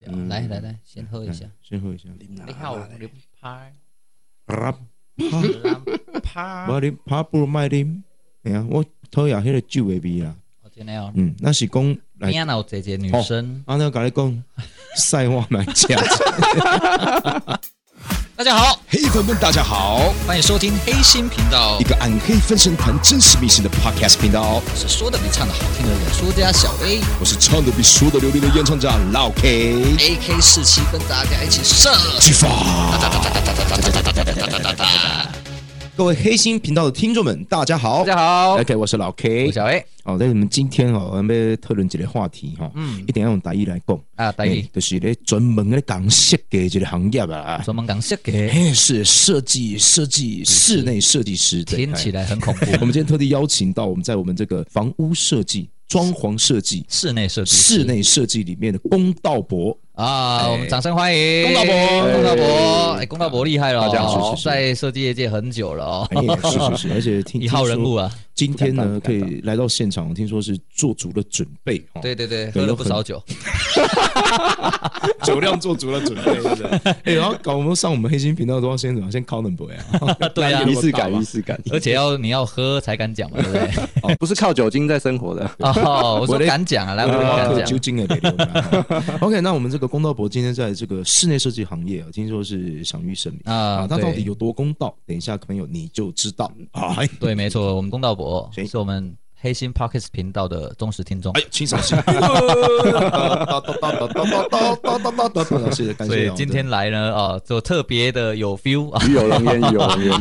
对啊来来来，先喝一下。，先喝一下。你好，林拍，啊，林拍。无啉，怕不如卖啉。哎呀，我讨厌迄个酒的味啦。哦，真的哦。嗯，那是讲来边那有姐姐女生。安尼甲你讲， 赛我 来吃。大家好，黑粉们，大家好！欢迎收听黑心频道一，个暗黑分身谈真实秘辛的 podcast 频道，我是说的比唱的好听的演说家小 A，A 我是唱的比说的流利的演唱家老 K。 K 四七，跟大家一起射。激发！ 各位黑心频道的听众们，大家好大。家好， OK，我是老 K 我。小 A 哦，那我们今天哦，我们要讨论一个话题哈，嗯一定要用台语来讲。啊，大家嘿就是咧专门咧讲设计这个行业啊。专门讲设计，嘿，是设计设计室内设计师，对哎听起来很恐怖。我们今天特地邀请到我们在我们这个房屋设计、装潢设计、室内设计师，室内设计里面的龚道博，啊，我们掌声欢迎龚道伯龚道博，哎，龚道博厉害了哦，大家好是是是在设计业界很久了哦， 哎，是是是，而且听一号人物。啊，听说今天呢，可以来到现场，听说是做足了准备哦，对，对对，对喝了有不很少酒， 酒量做足了准备，对不对？哎，然后搞我们上我们黑心频道都要先怎么样先 count 不啊？ 对 啊， 仪式感，仪式感，而且要你要喝才敢讲嘛，对不 对？哦不是靠酒精在生活 的。哦，我说敢讲啊，来，我说克敢酒讲，精也得留啦 OK，那我们这个龚道博今天在这个室内设计行业啊，听说是享誉盛名啊啊，他到对底有多公道？等一下朋友你就知道啊。哎对，没错，我们龚道博谁是我们黑心 Pockets 频道的忠实听众哎，，清扫兴。是的，感所谢以啊。今天来呢，啊，就特别的有 feel 啊。鱼有龙 烟，鱼有龙烟。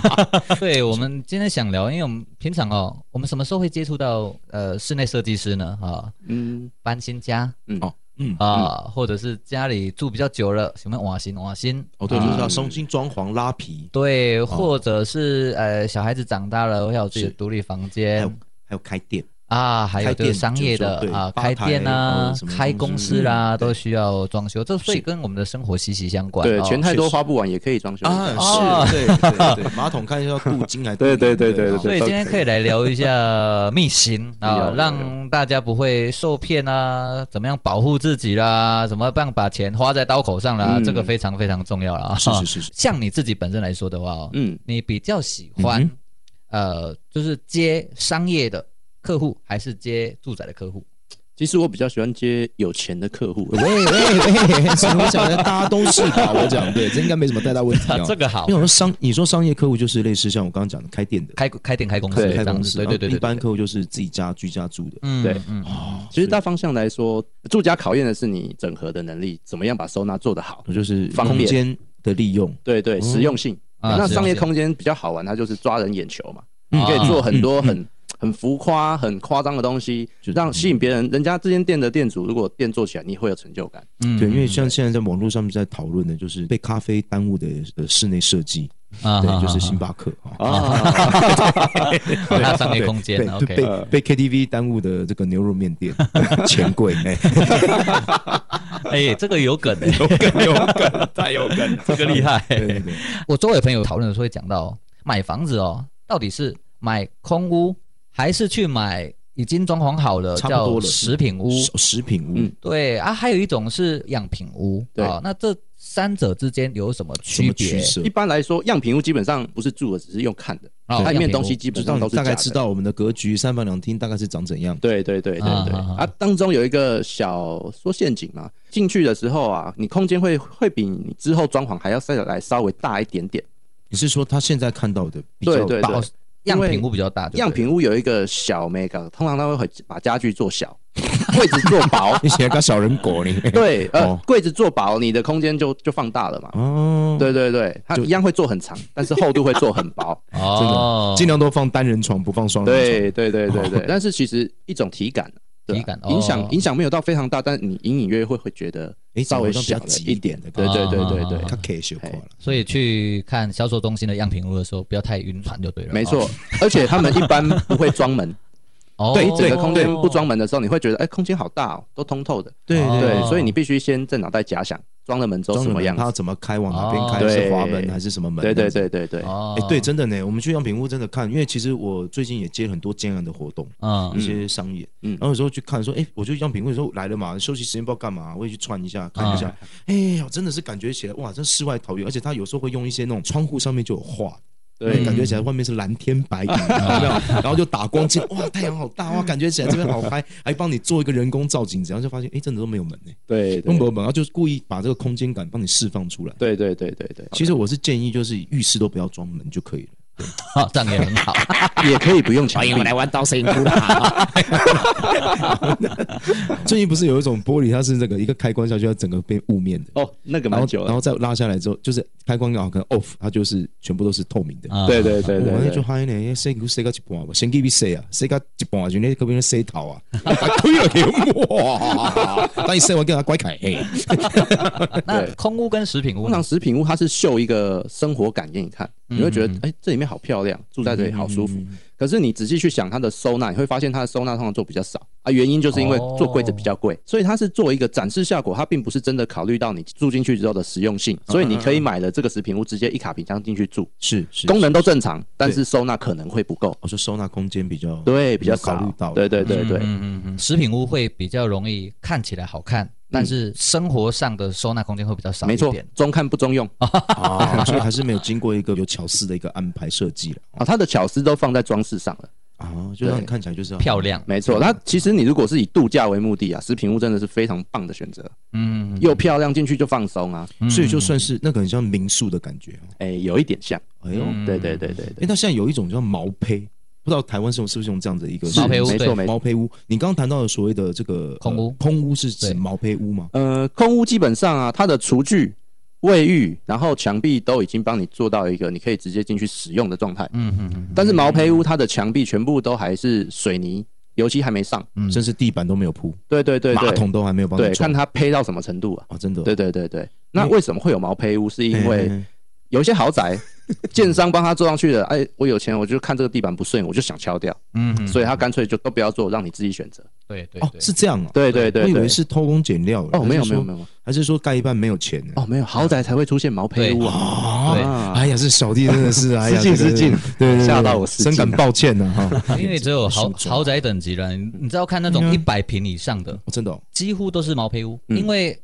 对，我们今天想聊，因为我们平常哦，我们什么时候会接触到呃室内设计师呢？啊，嗯，搬新家嗯，啊，或者是家里住比较久了，什么瓦新瓦新，啊哦对，就是要哦重新装潢、拉皮，对，或者是呃小孩子长大了，会有自己的独立房还有间还有开店。啊，还有开就是店商业的就是说啊，对开店啊吧台哦什么、开公公司司啦，嗯都对需要装修，这所以是跟我们的生活息息相关。对，哦钱太多花不完，也可以装修。哦啊，是，对对对，马桶看一下要镀金还镀对对银对对哦对所以今天可以来聊一 下秘辛啊，聊让大家不会受骗啊，怎么样保护自己啦，怎么样把钱花在刀口上啦，嗯这个非常非常重要了啊。是是是是， 像你自己本身来说的话哦，嗯，你比较喜嗯欢呃，就是接商业的客户，还是接住宅的客户？其实我比较喜欢接有钱的客户。喂喂喂，所以我讲的大家都是吧？我讲对，这应该没什么太大问题 啊。个好因为我说商，你说商业客户就是类似像我刚刚讲的开店的，开开店开公司对这开样公子，司，对对对然后对，一般对客户就是自己家居家住的。嗯对嗯，哦，其实大方向来说，住家考验的是你整合的能力，怎么样把收纳做得好。就是方空便间的利用，对对，哦实用性。啊那是商业是空间比较好玩，它就是抓人眼球嘛，嗯你可以做很多嗯嗯很很浮夸、很夸张的东西，就是让吸引别人。人家这间店的店主，如果店做起来，你会有成就感。嗯对，因为嗯像现在在网络上面在讨论的，就是被咖啡耽误的呃室内设计，啊对，就是新星巴克啊，啊， 那啊商业空间对，对，OK，被被 KTV 耽误的这个牛肉面 店，钱柜，哎，哎，这个有梗欸， 有梗有梗，太有梗， 这个厉害。对对对， 我周围朋友讨论的时候会讲到，买房子哦，到底是买空屋，还是去买已经装潢好了差不多叫了食品屋？食食品屋嗯对啊，还有一种是样品屋。对啊，那这三者之间有什么什区么别取？舍一？般来说，样品屋基本上不是住的，只是用看的，哦它里样面品屋东西基本就让上都你是大概假的知。道我们的格局，三房两厅大概是长怎样。对对对对啊对啊啊啊！当中有一个小说陷阱嘛，进去的时候啊，你空间会会比你之后装潢还要再来稍微大一点点。你是说他现在看到的比对较对大，对，样因为品屋比较大，对不对样品屋有一个小 mega，通常它会很把家具 做小，柜子做薄 你写个小人国你对，呃哦，柜子做薄，你的空间就就放大了嘛。 哦，对对对，它一样会做很长，但是厚度会做很薄。真哦的，尽量都放单人床，不放双人床。对对对对对，哦但是其实一种体感，对啊体感哦影响影响没有到非常大，但你隐隐约约会会觉得诶稍微怎么好小像比较了挤一一点点的的。哦对感觉对对对啊啊啊他对，可以修过了。所以去看销售中心的样品屋的时候，不要太晕船就对了。没错。而且他们一般不会装门，哦，对哦整个空间不装门的时候，你会觉得哎，空间好大哦，都通透的。对哦对，所以你必须先在脑袋假想装的门之后装什什么么样样？它子。要怎么开？往哪边哦开？是滑对门还是什么门？对对这样对对对，哦子。，哎，对，真的呢，我们去样品屋真的看，因为其实我最近也接很多这样的活动，一嗯 些商演，嗯然后有时候去看说，哎，我就样品屋有时候来了嘛，休息时间不知道干嘛，我也去串一下看一下，哎呀，真的是感觉起来哇，这世外桃源，而且它有时候会用一些那种窗户上面就有画，对感觉起来外面是蓝天白云，有没有？然后就打光进，哇，太阳好大哇，感觉起来这边好嗨，还帮你做一个人工造景，然后就发现，哎，真的都没有门呢，对都对没有门，然后就是故意把这个空间感帮你释放出来。对对对对对，其实我是建议，就是浴室都不要装门就可以了。好，这样也很好。也可以不用强力。玩刀神窟啦。最近不是有一种玻璃，它是那个一个开关下去，它整个变雾面的，哦，那个然蛮后久了，然后再拉下来之后，就是开关刚好跟 off，它就是全部都是透明的。啊对对对我那对就对，嗨呢，塞股塞到一半吧，先给你塞啊，塞到一半就那个边塞头啊， 推了给 我，当你塞完给他乖开，嘿，啊那对空屋跟食品屋通呢常食品屋它是秀一个生活感给你看，你会觉得哎、这里面好漂亮，住在这里好舒服。可是你仔细去想它的收纳，你会发现它的收纳通常做比较少啊，原因就是因为哦做柜子比较贵，所以它是做一个展示效果，它并不是真的考虑到你住进去之后的实用性，所以你可以买了这个食品屋直接一卡平箱进去住，是是功能都正常，但是收纳可能会不够，我说收纳空间比较对，比较少考虑到，对对对对，嗯嗯嗯，食品屋会比较容易看起来好看，但是生活上的收纳空间会比较少嗯没一错点。，中看不中用啊，啊， 所以还是没有经过一个有巧思的一个安排设计了啊它的巧思都放在装饰上了。啊，哦就让你看起来就是漂，亮，没嗯错，它其实你如果是以度假为目的啊，食品屋真的是非常棒的选择，嗯，又漂亮，进去就放松啊。所以就算是那个很像民宿的感觉哦。哎、有一点像，嗯哎呦，哎，对对对对对，那现在有一种叫毛坯，不知道台湾是不是用这样的一个毛坯屋嗯没对错没错。毛坯屋？你刚刚谈到的所谓的这个空屋呃空屋是对指毛坯屋吗？呃，空屋基本上啊，它的厨具、卫浴，然后墙壁都已经帮你做到一个你可以直接进去使用的状态。嗯嗯嗯但是毛坯屋它的墙壁全部都还是水泥，油漆还没上。嗯甚至地板都没有铺，对对对马对，桶都还没有帮你对，装看它胚到什么程度啊？哦，真的哦，对对对对。那为什么会有毛坯屋？是因为哎有一些豪宅，建商帮他做上去的。哎，我有钱，我就看这个地板不顺眼，我就想敲掉，嗯嗯，所以他干脆就都不要做，让你自己选择。对对哦对是这样啊，对对对我以对为是偷工减料了哦，没有没有有，没有没有还是说盖一半没有钱呢？哦，没有豪宅才会出现毛坯屋啊。对哦，啊哎呀，这小弟真的是，哎呀，失敬这个失敬对对对，吓到我啊失敬深感抱歉呢哈， 因为只有豪什么状豪宅等级了，你你知道看那嗯种一百平以上的，哦真的哦，几乎都是毛坯屋，嗯因为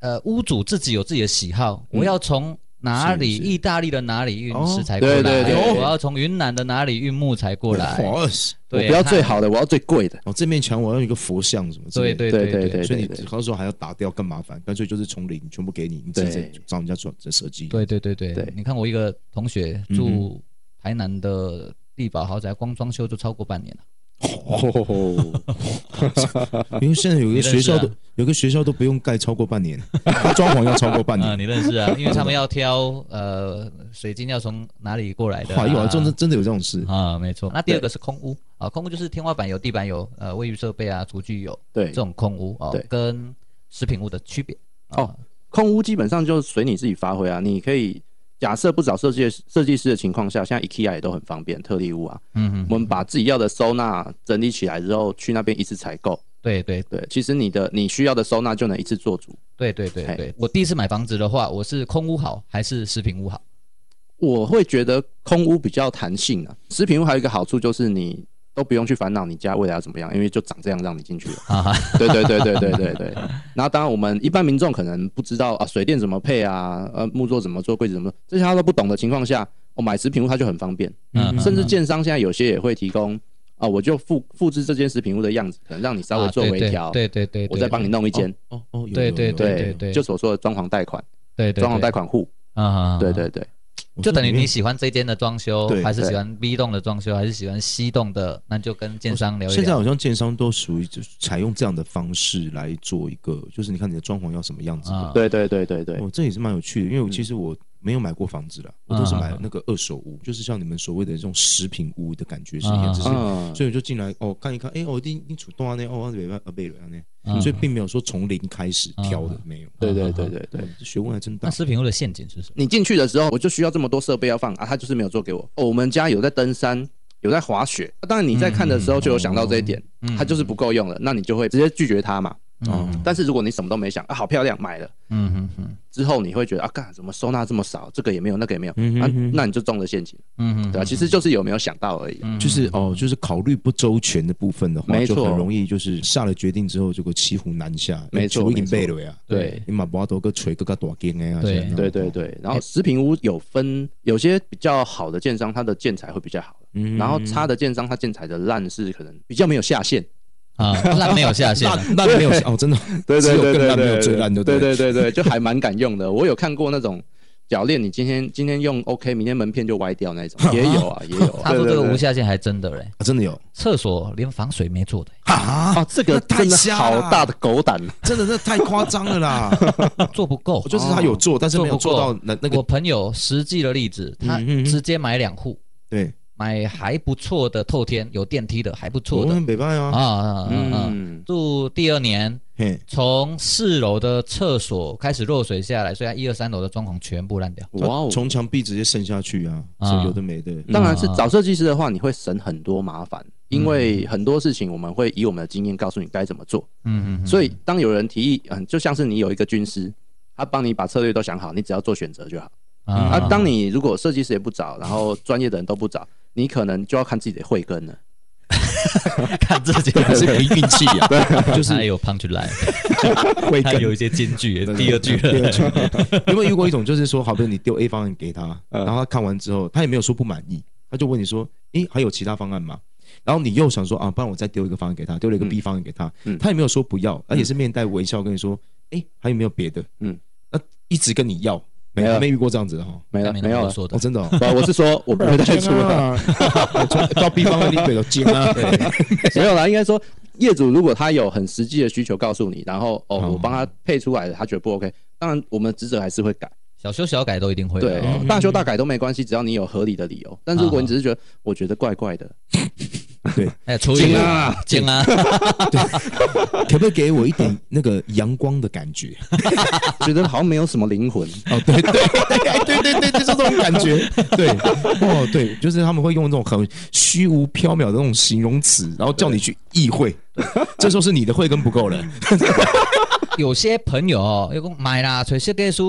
呃屋主自己有自己的喜好，嗯我要从哪里是是意大利的哪里运哦食材过来，对对对我要从云南的哪里运木材过来，哦我对，不要他最，好的，我要最贵的。哦，这面墙我要一个佛像什么之类对的，对对对对对对所以对你对，到时候还要打掉更麻烦，干脆就是从零全部给你，你自己再对找人家做这设计，对对对对对你看我一个同学嗯住台南的地堡豪宅，光装修就超过半年了，哦，因为现在有一个你认识学校啊都有一个学校都不用盖超过半年， 它装潢要超过半啊，年，你认识啊？因为他们要挑呃水晶要从哪里过来的啊，哇，一晚真的真的有这种事，啊，没错。那第二个是空屋啊，空屋就是天花板有，地板有，呃，卫浴设备啊，厨具有，对这，种空屋哦对，跟食品屋的区别哦，空屋基本上就是随你自己发挥啊，你可以。假设不找设计设计师的情况下，现在 IKEA 也都很方便，特例屋啊，嗯我嗯，们把自己要的收纳整理起来之后，去那边一次采购。对对对，其实你的你需要的收纳就能一次做足。对对对哎对。我第一次买房子的话，我是空屋好还是食品屋好？我会觉得空屋比较弹性啊，食品屋还有一个好处就是你都不用去烦恼你家未来要怎么样，因为就长这样让你 进去了。哈哈，对对对对对对对。然后当然我们一般民众可能不知道啊，水电怎么配啊，呃，木作怎么做，柜子怎么做，这些他都不懂的情况下，我、买食品屋它就很方便。嗯甚至建商现在有些也会提供啊，我就复复制这间食品屋的样子，可能让你稍微啊做对微对调，对对对，我再帮你弄一间。哦哦，有对有对有对有对对就所说的装潢贷款，对对装潢贷款户，啊啊，啊对。对对我就说等于里面你喜欢这间的装修，对还是对喜欢 B 栋的装修，还是喜欢 C 栋的，那就跟建商聊一现在聊。好像建商都属于就是采用这样的方式来做一个，就是你看你的装潢要什么样子的。啊对对对对对哦，这也是蛮有趣的，因为我其实我没有买过房子啦，我都是买那个二手屋，就是像你们所谓的这种食品屋的感觉是一啊样，只是嗯，所以我就进来哦看一看，哎，我一定一定主动啊那哦北啊北了那，嗯所以并没有说从零开始挑的，没有。对对对对对对。，这学问还真那大。食品屋的陷阱是什么？你进去的时候，我就需要这么多设备要放啊，他就是没有做给我。哦，我们家有在登山，有啊在滑雪，当然你在看的时候就有想到这一点，哦嗯他就是不够用了，那你就会直接拒绝他嘛。嗯但是如果你什么都没想啊，好漂亮，买了嗯哼哼，之后，你会觉得啊，干怎么收纳这么少，这个也没有，那个也没有，嗯哼啊哼，那你就中了陷阱，嗯哼，对吧、其实就是有没有想到而已啊、嗯就是哦，就是考虑不周全的部分的话，没就错很容易就是下了决定之后，结果骑虎难下，没错手已经没错嗯背了呀。对你马巴多个锤个个大根哎呀，对现在对对，对，然后食品屋有分，有些比较好的建商，它的建材会比较好，嗯然后差的建商，它建材的烂是可能比较没有下限，啊，烂没有下限啊 了，烂没有哦，真的，对只对有更对对烂没有对，最烂，对对不对？对对对，就还蛮敢用的。我有看过那种脚链，你今天今天用 OK，明天门片就歪掉那 种，也有啊，也有啊。他说这个对对对无下限还真的嘞，啊真的有厕所连防水没做的，啊，哦，这个那太真的瞎好了大的狗胆，真的那太夸张了 啦！做不够我。哦就是他有哦做，但是没有做做到不那那我个朋友实际的例子，他嗯嗯嗯直接买两户，对，买还不错的透天，有电梯的，还不错我的很北半啊啊，啊啊啊！啊嗯，住第二年，嘿，从四楼的厕所开始漏水下来，所以它一二三楼的装潢全部烂掉。哇哦！嗯从嗯墙壁直接伸下去啊，啊是有的没的，当然是找设计师的话，你会省很多麻烦，因为很多事情我们会以我们的经验告诉你该怎么做。嗯嗯，所以当有人提议，嗯，就像是你有一个军师，他帮你把策略都想好，你只要做选择就好。嗯啊，当你如果设计师也不找，然后专业的人都不找，你可能就要看自己的慧根了。 看自己还是凭运 气 啊，就是还有 punch line，会他更有一些金 句， 第二句哎第二句，有没有遇过一种就是说，好比你丢 A 方案给他，然后他看完之后，他也没有说不满意，他就问你说，诶，还有其他方案吗？然后你又想说啊，不然我再丢一个方案给他，丢了一个 B 方案给他，嗯他也没有说不要，而且是面带微笑跟你说，诶，还有没有别的？嗯嗯，那一直跟你要，没没了没遇过这样子的哈，没 了，没有了。说的哦，，真的哦， 不，我是说我不会再出了。 到 B 方案你嘴都尖啊， 没有啦，应该说业主如果他有很实际的需求告诉你，然后哦哦，我帮他配出来了，他觉得不 OK，当然我们的职责还是会改，小修小改都一定会的对哦。，大修大改都没关系，只要你有合理的理由。但如果你只是觉得我觉得怪 怪的，哎，厨余精啊，精啊，可不可以给我一点那个阳光的感觉？觉得好像没有什么灵魂，哦，对对对，哎，对对对，就是这种感觉，对，哦，对，就是他们会用这种很虚无缥缈的那种形容词，然后叫你去意会，这时候是你的慧根不够了，有些朋友哦，又讲买啦，找设计师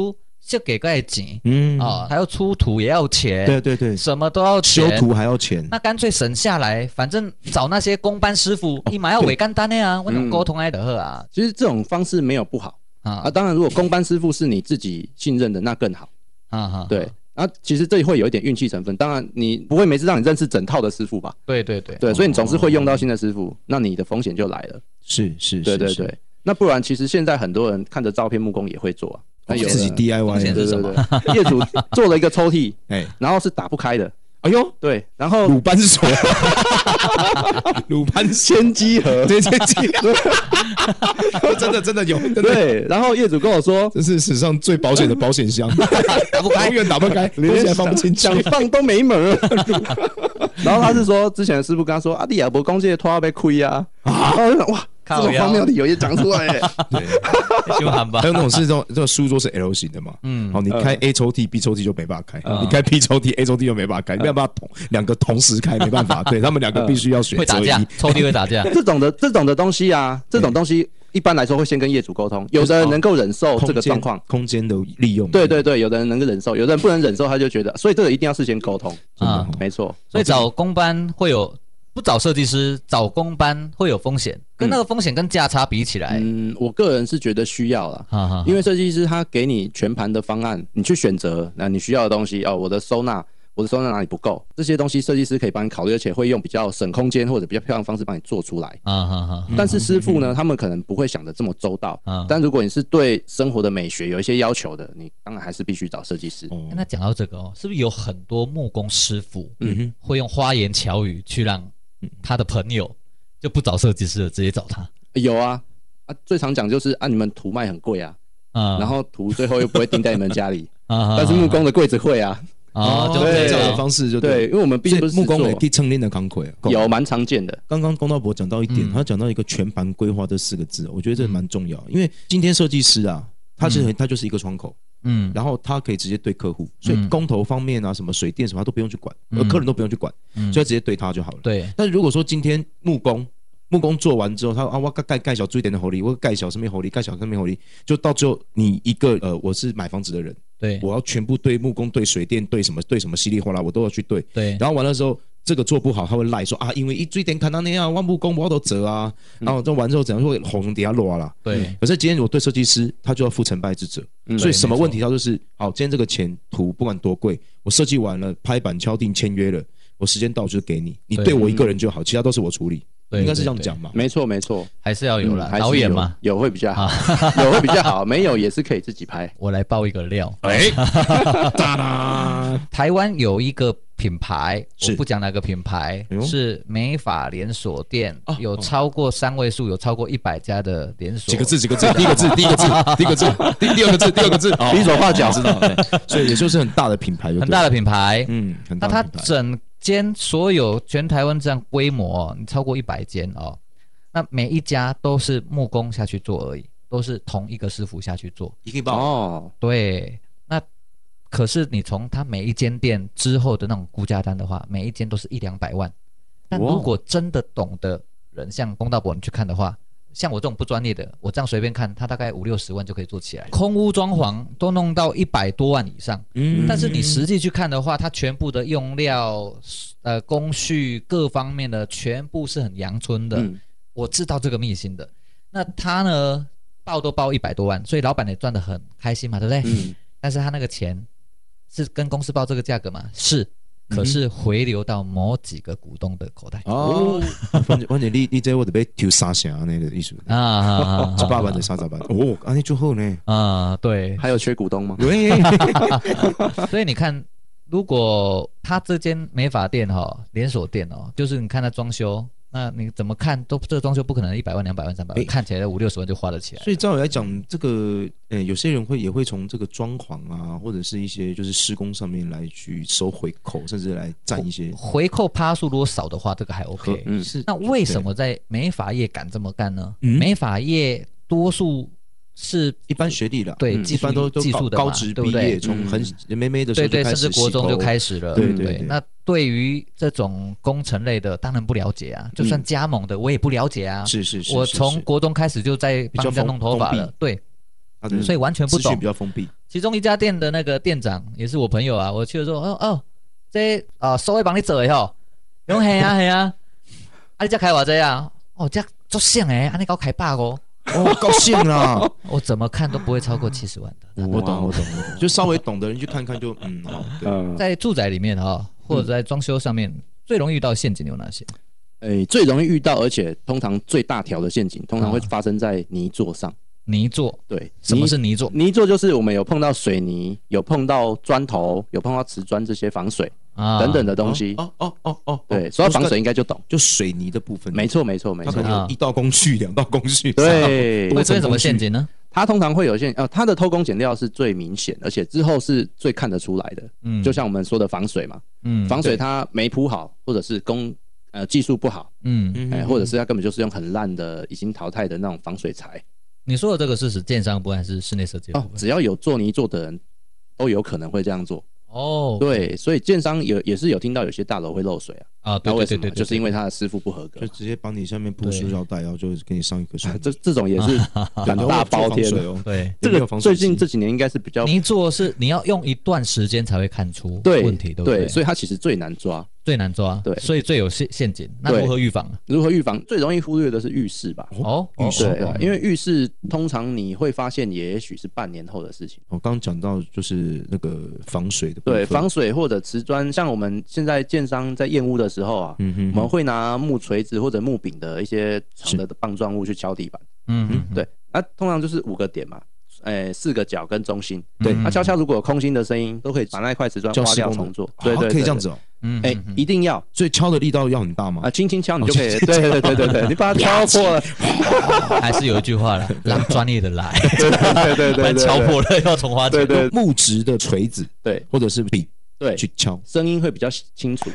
设计个钱嗯哦啊，还要出图也要钱，对对对，什么都要修钱。图还要钱，那干脆省下来，反正找那些工班师傅，你买要伪干单的啊，我能沟通爱的喝啊其实这种方式没有不好啊。啊当然，如果工班师傅是你自己信任的，那更好。啊哈！对，啊，其实这会有一点运气成分。当然，你不会每次让你认识整套的师傅吧？对对对，哦对，所以你总是会用到新的师傅，那你的风险就来了。是是，对是对是对，那不然其实现在很多人看着照片木工也会做啊，那有哦自己的 DIY，风险的是对什对么 对，业主做了一个抽屉，哎，然后是打不开的，哎呦，对，然后鲁班是什么？鲁班先机盒，对对对，真的真的有，真的。对，然后业主跟我说，这是史上最保险的保险箱，打不开永，远打不开，东西还放不进去想。放都没门儿。 然后他是说，之前的师傅跟他说，阿弟啊，不工这些拖要被亏啊，然后我就想哇，这靠种腰荒谬理由也讲出 来了，就喊吧还。有那种是这种，这种书桌是 L 型的嘛，哦嗯好，你开 A 抽屉，B 抽屉就没办法开，嗯你开 B 抽屉，A 抽屉就没办法开，嗯没有办法同两个同时开，没办 法， 对他们两个必须要选会打择架一，，抽屉会打架。这种的这种的东西啊，这种东西一般来说会先跟业主沟通，有的人能够忍受这空个间状况。空间的利用，对对对，有的人能够忍受，有的人不能忍受，他就觉得，所以这个一定要事先沟通真的哦没错，所以找工班会有不找设计师，找工班会有风险，跟那个风险跟价差比起来，啊嗯，我个人是觉得需要啦，哈哎哈，因为设计师他给你全盘的方案，你去选择那你需要的东西哦，我的收纳。我的收纳哪里不够？这些东西设计师可以帮你考虑，而且会用比较省空间或者比较漂亮的方式帮你做出来。啊哈哈，但是师傅呢，他们可能不会想的这么周到嗯。但如果你是对生活的美学有一些要求的，你当然还是必须找设计师。哦那讲到这个哦，是不是有很多木工师傅嗯哼，会用花言巧语去让他的朋友就不找设计师了，直接找他有啊，啊，最常讲就是啊，你们图卖很贵啊，啊？然后图最后又不会定在你们家里，啊，但是木工的柜子会啊，啊，就哦对这这样的样方式就对，因。为我们毕所竟以不是木工制也作可以称练的康奎，有蛮常见的，刚刚龚道博讲到一点嗯，他讲到一个全盘规划这四个字，我觉得这嗯蛮重要。因为今天设计师啊，他是很他就是一个窗口，嗯然后他可以直接对客户，所以嗯工头方面啊，什么水电什么他都不用去管，嗯呃，客人都不用去管，嗯所以他直接对他就好了。对，但如果说今天木工木工做完之后，他说啊，我盖盖小注一点的狐狸，我盖小上面狐狸，盖小上面狐狸，就到最后你一个呃，我是买房子的人，对我要全部对木工、对水电、对什么、对什么稀里哗啦，我都要去对。对然后完了之后，这个做不好，他会赖说啊，因为一注点砍到那样，万木工我都折啊。嗯然后这完之后，怎样会红底下落啊啦。对可是今天我对设计师，他就要负成败之责，嗯所以什么问题他就是好，今天这个钱图不管多贵，我设计完了，拍板敲定签约了，我时间到我就给你，你对对我一个人就好，其他都是我处理，对应该是这样对讲嘛。没错没错，还是要有嗯了还是导演有嘛。有会比较好， 有会比较好，没有也是可以自己拍。我来爆一个料，哎， 哒 啦，台湾有一个品牌，是我不讲哪个品牌哎，呦是美发连锁店哦，有哦超过三位数，有超过一百家的连锁。几个字？几个字？第一个字，第一个字，第一个字，第第二个字，第二个字。哦比手画脚知道。对所以也就是很大的品牌，很大的，的品牌，嗯，很那大它的品牌。整间所有全台湾这样规模、你超过一百间哦，那每一家都是木工下去做而已，都是同一个师傅下去做。一个包，哦，对，那可是你从它每一间店之后的那种估价单的话，每一间都是一两百万。但哇如果真的懂的人，像公道伯你去看的话，像我这种不专业的，我这样随便看，他大概五六十万就可以做起来。空屋装潢都弄到一百多万以上，嗯但是你实际去看的话，它全部的用料、呃工序各方面的全部是很阳春的。嗯，我知道这个秘辛的。那他呢，报都报一百多万，所以老板也赚得很开心嘛，对不对？嗯但是他那个钱是跟公司报这个价格嘛？是，可是回流到某几个股东的口袋。哦，反正反正你你这我得被丢三下那个意思，啊啊 啊一百万的三十万，哦，安尼最好呢。啊啊！对，还有缺股东吗？喂，所以你看，如果他这间美发店哈、连锁店哦，就是你看他装修，那你怎么看都这个装修不可能一百万、两百万、三百哎万，看起来五六十万就花得起来。所以照理来讲，这个呃，有些人会也会从这个装潢啊，或者是一些就是施工上面来去收回扣，甚至来占一些回扣趴数如果少的话，这个还合 OK。嗯是哦那为什么在美发业敢这么干呢？嗯美发业多数是一般学历了？对嗯技一术般都都技高术的嘛高职对毕不业，对？从很妹妹的时候对对，就开甚始至国中就洗头开始了。对对对对那对于这种工程类的，当然不了解啊。就算加盟的，我也不了解啊。嗯是是是，我是从是国中开始就在帮人家弄头发比较封嗯了，对，他的所以完全不资讯懂比。较封闭，其中一家店的那个店长也是我朋友啊，我去的时候，哦哦，这啊、呃、收会帮你做的吼，用嘿啊嘿啊，啊你这开偌济啊？哦，这足像诶，啊你搞开百五，哦，高兴啦！ 我怎么看都不会超过七十万的。嗯我懂我懂，我懂就稍微懂的人去看看就嗯好，对哦嗯，在住宅里面哈、或者在装修上面，最容易遇到陷阱有哪些？诶，最容易遇到，而且通常最大条的陷阱，通常会发生在泥做上。泥做，对，什么泥是泥做泥做？就是我们有碰到水泥，有碰到砖头，有碰到瓷砖这些防水啊？等等的东西。哦哦哦哦，对，说到防水水应该就懂。就水泥的部分，没错，没错，没它可错。能有一道工序、两道工序，对，会出现什么陷阱呢？它通常会有些呃，它的偷工减料是最明显，而且之后是最看得出来的。嗯，就像我们说的防水嘛，嗯防对水它没铺好，或者是工呃技术不好，嗯，嗯哎、或者是它根本就是用很烂的已经淘汰的那种防水材你说的这个是指建商不还是室内设计的哦部，分？只要有做泥做的人，都有可能会这样做。哦，对，所以建商有也是有听到有些大楼会漏水啊，啊，对那为对什对么？对，就是因为他的师傅不合格就。直接帮你下面铺塑料袋，然后就给你上一棵树啊， 这这种也是感胆觉大包天的。哦。对。这有没有个防水嗯最漆近这几年应该是比较泥做是你要用一段时间才会看出对问题，对不对，所以它其实最难抓。最难抓，对所以最有陷陷阱。那对如何预防啊？如何预防？最容易忽略的是浴室吧。哦，预哦示对哦，因为浴室通常你会发现，也许是半年后的事情。我哦刚刚讲到就是那个防水的部分对，防水或者瓷砖，像我们现在建商在验屋的时候啊，嗯哼我们会拿木锤子或者木柄的一些长的棒状物去敲地板。嗯嗯，对，那通常就是五个点嘛，诶，四个角跟中心。嗯对那敲敲如果有空心的声音，都可以把那一块瓷砖叫挖施掉工的重做。啊对对，可以这样对。子哦。嗯，哎嗯，嗯一定要所以敲的力道要很大啊，吗？轻轻敲你就可以。对对对对对，你把它敲破 了，嗯还是有一句话 了，让专业的来，对对对不对然对，敲破了要重花钱嗯对。对木质的锤子对或者是笔对，去敲，声音会比较 清楚。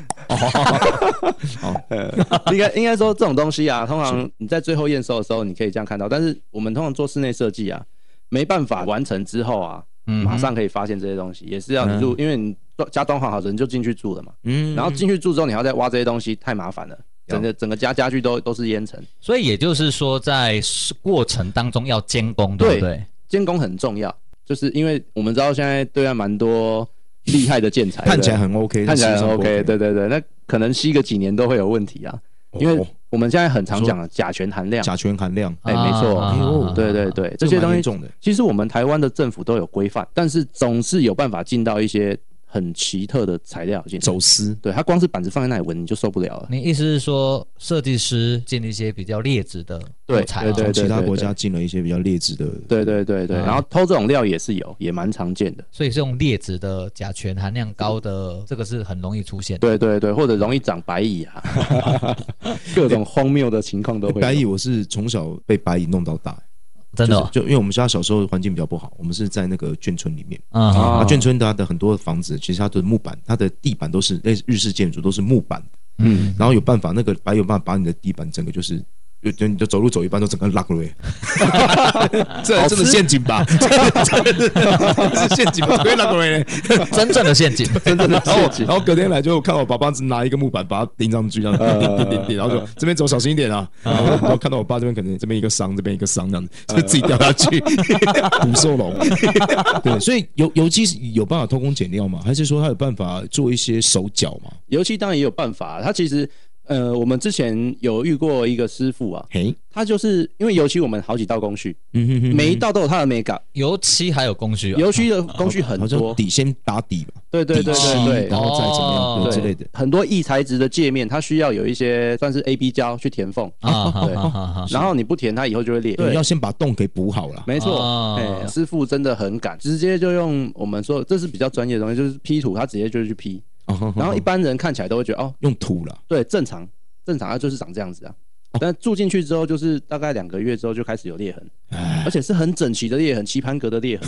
哦，应该应该说这种东西啊，通常你在最后验收的时候，你可以这样看到。但是我们通常做室内设计啊，没办法完成之后啊，嗯马上可以发现这些东西，也是要你入，因为你装家装潢好人就进去住了嘛。嗯然后进去住之后，你还要再挖这些东西，太麻烦了。整个整个家家具都都是烟尘，所以也就是说，在过程当中要监工，对不对？监工很重要，就是因为我们知道现在对岸蛮多厉害的建材，看起来很 OK，看起来但事实很上不 OK，对对对，那可能吸个几年都会有问题啊，因为哦我们现在很常讲的甲醛含量，甲醛含量哎没错啊哎呦对对，对，这些蛮东严西重的，其实我们台湾的政府都有规范，但是总是有办法进到一些很奇特的材料进去。走私对，它光是板子放在那里闻你就受不了了。你意思是说，设计师进一些比较劣质的对材啊对料对从其他国家进了一些比较劣质的，对对对对，嗯然后偷这种料也是有，也蛮常见的。所以是用劣质的甲醛含量高的，这个是很容易出现的。对对对，或者容易长白蚁啊， 各种荒谬的情况都会有。白蚁，我是从小被白蚁弄到大，真的哦，就是就因为我们家小时候环境比较不好，我们是在那个眷村里面。嗯啊哼啊，眷村它的很多房子，其实它的木板，它的地板都是类似日式建筑，都是木板，嗯，然后有办法，那个白蚁有办法把你的地板整个就是。就就你就走路走一半都整个烂了欸， 这这是陷 阱吧？这这这是陷阱吧？ 对，烂了欸， 真正的陷阱， 真的。然后然后隔天来就看我爸爸拿一个木板把它钉上去，这样呃 子钉钉钉钉，然后就这边走小心一点啊。然后然后看到我爸这边可能这边一个伤，这边一个伤，这样子呃就自己掉下 去，捕兽笼。对，所以油油漆是有办法偷工减料吗？还是说他有办法做一些手脚嘛？油漆当然也有办法，它其实。呃，我们之前有遇过一个师傅啊，嘿，他就是因为油漆我们好几道工序，嗯哼哼每一道都有它的美感。油漆还有工序啊，油漆的工序很好像多，底先打底嘛，对对对底漆对对，然后再怎么样哦对对之类的。很多异材质的界面，它需要有一些算是 A B 胶去填缝，啊，哈对哈哈哈然后你不填它以后就会裂。对，要先啊把洞给补好了。没哦错，哎，师傅真的很敢，直接就用我们说这是比较专业的东西，就是 P 图，他直接就去 P，然嗯后一般人看起来都会觉得哦，哦用土了，对，正常，正常，它就是长这样子啊。哦但住进去之后，就是大概两个月之后就开始有裂痕，而且是很整齐的裂痕，棋盘格的裂痕。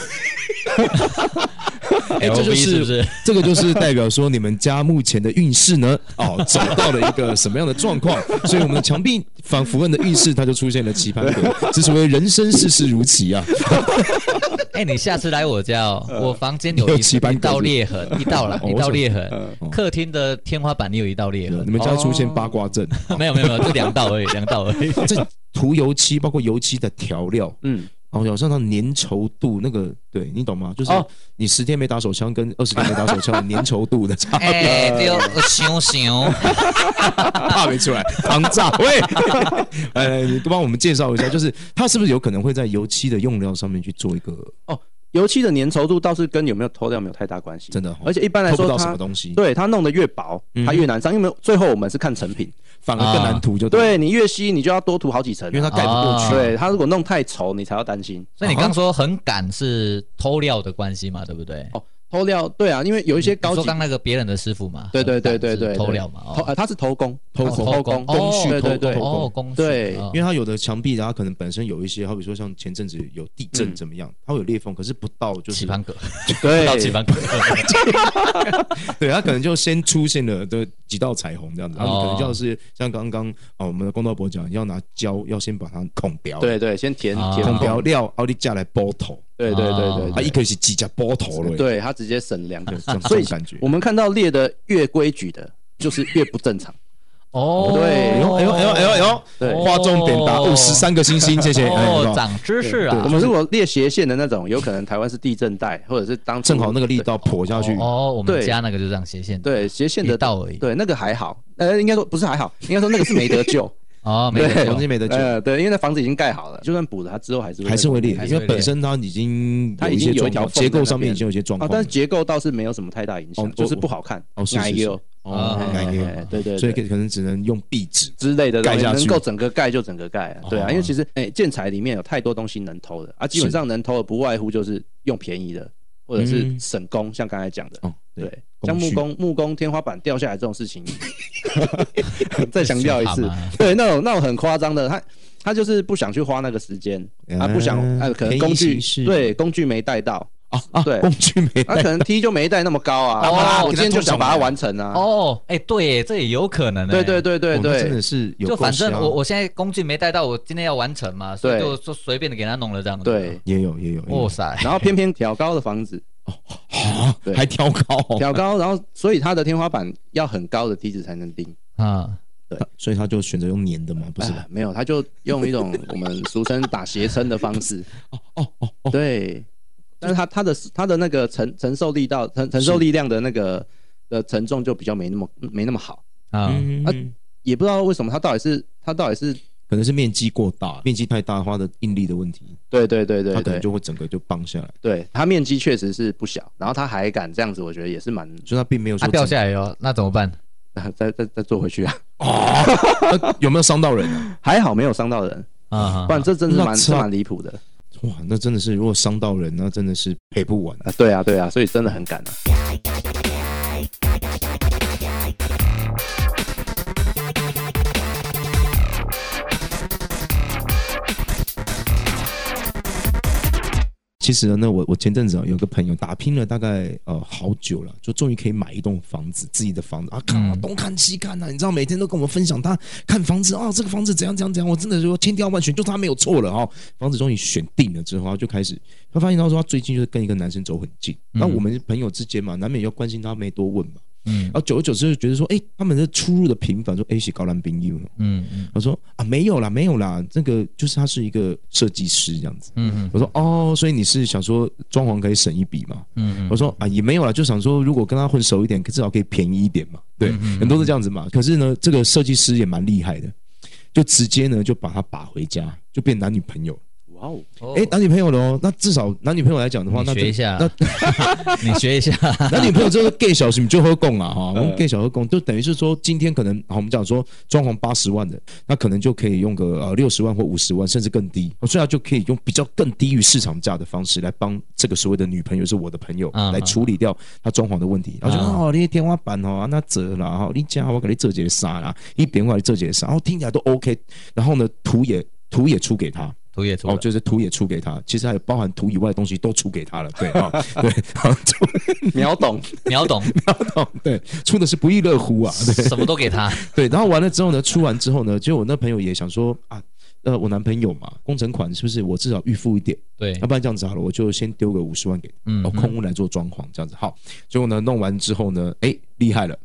哎，这就 LV 是不是是 这个就是代表说你们家目前的运势呢，哦，走到了一个什么样的状况？所以我们的墙壁反符文的运势，它就出现了棋盘格，这是为人生世事如棋啊！哎、你下次来我家哦，我房间有你有一棋盘一格道子裂痕，一道啦，哦一我道想裂痕。客厅的天花板也有一道裂你痕，们家出现八卦阵， 没有没有没有，就两道而已，两道而已。 这涂油漆包括油漆的调料，嗯，哦，有上到粘稠度那个，对你懂吗？就是哦你十天没打手枪跟二十天没打手枪粘稠度的差别，哎、对，我想想，怕没出来，庞炸喂，呃，你帮我们介绍一下，就是它是不是有可能会在油漆的用料上面去做一个油漆的粘稠度倒是跟有没有偷掉没有太大关系，真的哦而且一般来偷不说到它，什么东西，对它弄得越薄，它越难上，因为最后我们是看成品，反啊而更难涂，就了对你越稀，你就要多涂好几层啊、因为它盖不过去。啊对它如果弄太稠，你才要担心所以你刚说很赶是偷料的关系嘛，对不对？哦。偷料，对啊，因为有一些嗯你高说级，刚那个别人的师傅嘛，对对对很赶对是对，对偷料嘛，偷哦，呃，他是偷工，偷它是工偷工工序哦对对对偷工哦，工序，对哦因为它有的墙壁，它可能本身有一些，好比说像前阵子有地震怎么嗯样，它会有裂缝，可是不到就棋是盘格，对到棋盘格， 对，它可能就先出现了这几道彩虹这样子，然后你可能就要是像刚刚啊我们的公道伯讲，要拿胶要先把它孔标，，对对，先填啊填孔标缝，料，奥利加来包头，对对对啊，对一个是几家包头了，对，对他直接省两个对，这种，所这以哦种感觉。我们看到列的越规矩的，就是越不正常。哦，对哎呦哎呦哎呦哎呦哎呦，对划重点打哦，十三个星星，谢谢。哎有没哦，有长知识啊我，们如果列斜线的那种，有可能台湾是地震带，或者是当初正好那个力道泼下去，哦，我们对家那个就这样斜线，对斜线的一道而已对那个还好，呃，应该说不是还好，应该说那个是没得救，哦，没对得总救之没得救，呃，对，因为那房子已经盖好了，就算补了，它之后还是还是会裂还，因是为会本裂身它已经它有已一经些有状一条况，缝在结那边构上面已经有一些状啊况，，但是结构倒是没有什么太大影哦响，就是我不好看，哦是哪是一个是哦哎，哪一个哎对对，所以对可能只能用壁纸。之类的东西盖下去能够整个盖就整个盖啊，对啊，因为其实哎、建材里面有太多东西能偷的啊，基本上能偷的不外乎就是用便宜的，或者是嗯省工，像刚才讲的，哦，对，对，工像木序工木工天花板掉下来这种事情，再强调一次是好吗， 对，那种那种很夸张的，他他就是不想去花那个时间啊，不想嗯啊，可能工便具宜行事对工具没带到，啊啊，对工具没他、啊、可能梯就没带那么高 啊，哦啊我给今他天就做想什么把它完成啊，哦，哎，对耶，这也有可能，对对。对对哦那真对的是有就够反正瞎我我现在工具没带到，我今天要完成嘛，所以对就就随便的给他弄了这样子。对，，也有也有，哇哦哇塞，然后偏偏挑高的房子。啊，对 还挑高哦，挑高，然后所以它的天花板要很高的梯子才能钉。啊，所以他就选择用粘的嘛，不是吧哎？没有，他就用一种我们俗称打斜撑的方 式。哦哦哦，对，但是他他的他的那个承承受力道承承受力量的那个的承重就比较没那么没那么好，啊，嗯啊也不知道为什么他到底是他到底是可能是面积过大，面积太大的话的应力的问题，对对对对它可能对，就会整个就棒下来，对他面积确实是不小，然后他还敢这样子，我觉得也是蛮 所以它并没有啊他说掉下来哟，那怎么办？再再再坐回去啊， 整个有没有伤到人啊？还好没有伤到人，啊不，然这真是那蛮吃是啊蛮离谱的哇，那真的是如果伤到人，那真的是赔不完。啊，对啊对啊，所以真的很敢啊。其实呢，那我我前阵子啊，有个朋友打拼了大概呃好久了，就终于可以买一栋房子，自己的房子啊，看啊嗯东看西看啊，你知道每天都跟我们分享他看房子啊，这个房子怎样怎样怎样，我真的说千挑万选，就他没有错了哦。房子终于选定了之后，他就开始他发现他说他最近就是跟一个男生走很近，那、我们朋友之间嘛，难免要关心他，没多问嘛。嗯然后久而久之就觉得说，哎、他们的出入的频繁，说哎、是高兰兵友，嗯嗯他说啊没有啦没有啦，这个就是他是一个设计师这样子。嗯我说哦，所以你是想说装潢可以省一笔嘛？嗯我说啊也没有啦，就想说如果跟他混熟一点，至少可以便宜一点嘛。对，嗯很多是这样子嘛。可是呢，这个设计师也蛮厉害的，就直接呢就把他把回家，就变男女朋友。哇哦，嗯哎、男女朋友了哦，那至少男女朋友来讲的话，你那学就一下那， 你学一下， 男女朋友这个 gay 小时你就喝供啊哈，我们 gay 小喝供就等于是说，今天可能好我们讲说装潢八十万的，那可能就可以用个呃六十万或五十万，甚至更低，哦所以他就可以用比较更低于市场价的方式来帮这个所谓的女朋友是我的朋友嗯来处理掉他装潢的问题。然后就嗯哦，你的天花板哦，啊那折啦哈，哦你家我给你折节啥啦，一边我给你折节啥，然后听起来都 OK，然后呢图也图也出给他，图也出哦了，，就是图也出给他，其实还有包含图以外的东西都出给他了，对啊、哦，对，然后就 秒懂，秒懂，哦，对，出的是不亦乐乎 啊， 对什么都给 他，对。然后完了之后呢，出完之后呢，就我那朋友也想说啊，呃，我男朋友嘛，工程款是不是我至少预付一点？对要，不然这样子好了，我就先丢个五十万给嗯哦空屋来做装潢这样子。好，结果呢，弄完之后呢，哎，厉害了，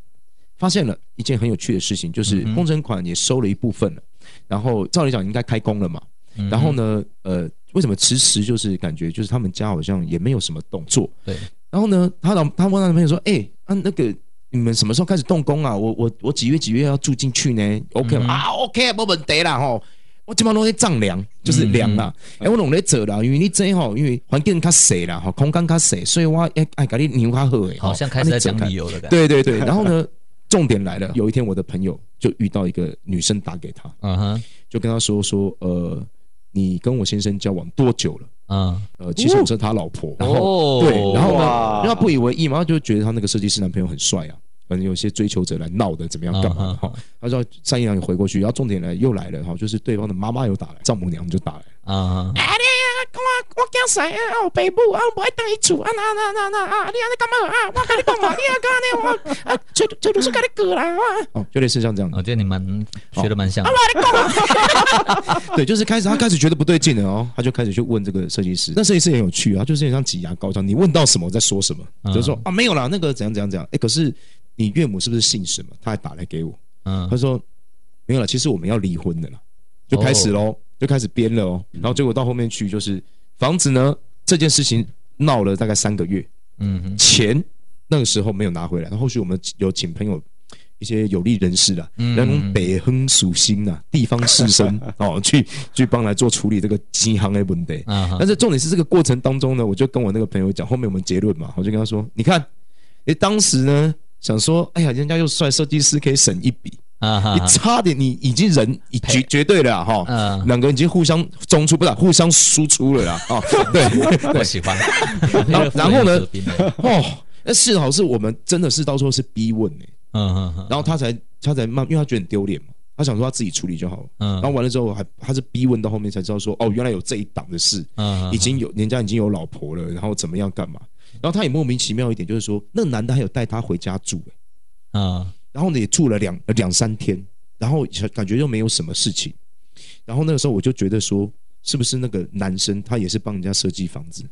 发现了一件很有趣的事情，嗯就是工程款也收了一部分了，然后照理讲应该开工了嘛，嗯然后呢，呃，为什么迟迟就是感觉就是他们家好像也没有什么动作？对。然后呢，她老她问她男朋友说：“哎、啊那个你们什么时候开始动工啊？我我我几月几月要住进去呢？OK 嗯吗、啊？OK 没问题啦吼。”我基本上都在丈量，就是量嗯啦。哎、我拢在做啦，因为你这吼，因为环境较细啦，吼，空间较细，所以我哎哎，给你牛较好诶。吼好像开始在讲啊你做理由了，感觉，对对 对，然后呢，重点来了，有一天我的朋友就遇到一个女生打给他，嗯哼，就跟他说说，呃，你跟我先生交往多久了？嗯，呃，其实我是他老婆，然后、哦对，然后呢，哇因为他不以为意嘛，他就觉得他那个设计师男朋友很帅啊，反正有些追求者来闹的，怎么样啊干嘛的哈、他说上一郎也回过去，然后重点呢又来了哈，就是对方的妈妈又打来，丈母娘就打来，啊，啊你啊，讲我我惊死啊！啊，有爸母啊，我无爱当伊厝啊，那那那那啊，你安尼干嘛啊？我跟你讲啊，你啊讲安尼我啊，这这就是跟你过啦我。哦，就类似像这样我觉得你蛮哦学的蛮像的，对，就是开始他开始觉得不对劲了哦，他就开始去问这个设计师。那设计师也很有趣啊，就是很像挤牙膏这样，你问到什么我在说什么，嗯就是说啊没有啦，那个怎样怎样怎样。哎，可是你岳母是不是姓什么？他还打来给我，嗯他说没有了，其实我们要离婚的啦，就开始喽，就开始编了哦。然后结果到后面去就是房子呢这件事情闹了大概三个月，嗯哼钱那个时候没有拿回来，然后后续我们有请朋友。一些有利人士啦，然后北亨属心呐，地方士绅哦，去去帮来做处理这个银行的问题。啊哈但，是重点是这个过程当中呢，我就跟我那个朋友讲，后面我们结论嘛，我就跟他说，你看，你当时呢想说，哎呀，人家又帅，设计师可以省一笔，啊哈你，差点你已经人已绝绝对了啦哈嗯，两个人已经互相中出，不是互相输出了啦 哦， 对，我喜欢， 然后呢这个不能有责备哦，那幸好是我们真的是到时候是逼问呢、 嗯嗯嗯然后他才他才慢，因为他觉得很丢脸嘛，他想说他自己处理就好了。然后嗯完了之后还他是逼问到后面才知道说哦，原来有这一档的事，嗯，已经有人家已经有老婆了，然后怎么样干嘛？然后他也莫名其妙一点，就是说那男的还有带他回家住、欸嗯然后呢也住了两呃两三天，然后感觉又没有什么事情。然后那个时候我就觉得说，是不是那个男生他也是帮人家设计房子？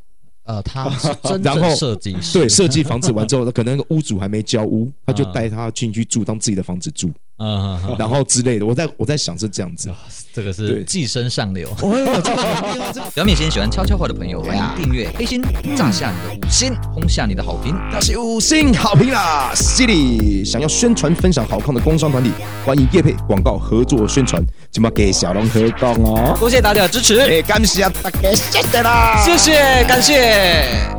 呃，他 是真然后正设计师， 对，设计房子完之后，可能那个屋主还没交屋，他就带他进去住，当自己的房子住。嗯，嗯嗯然后之类的。我在我在想是这样子，这个是对寄生上流。 表面先喜欢悄悄话的朋友，欢迎订阅黑心，炸下你的五星，轰下你的好评。那是五星好评啦！City 想要宣传分享好康的工商团体，欢迎业配广告合作宣传，请把给小龙合动哦。多谢大家的支持，哎，感谢大家，谢谢啦！谢谢，感谢。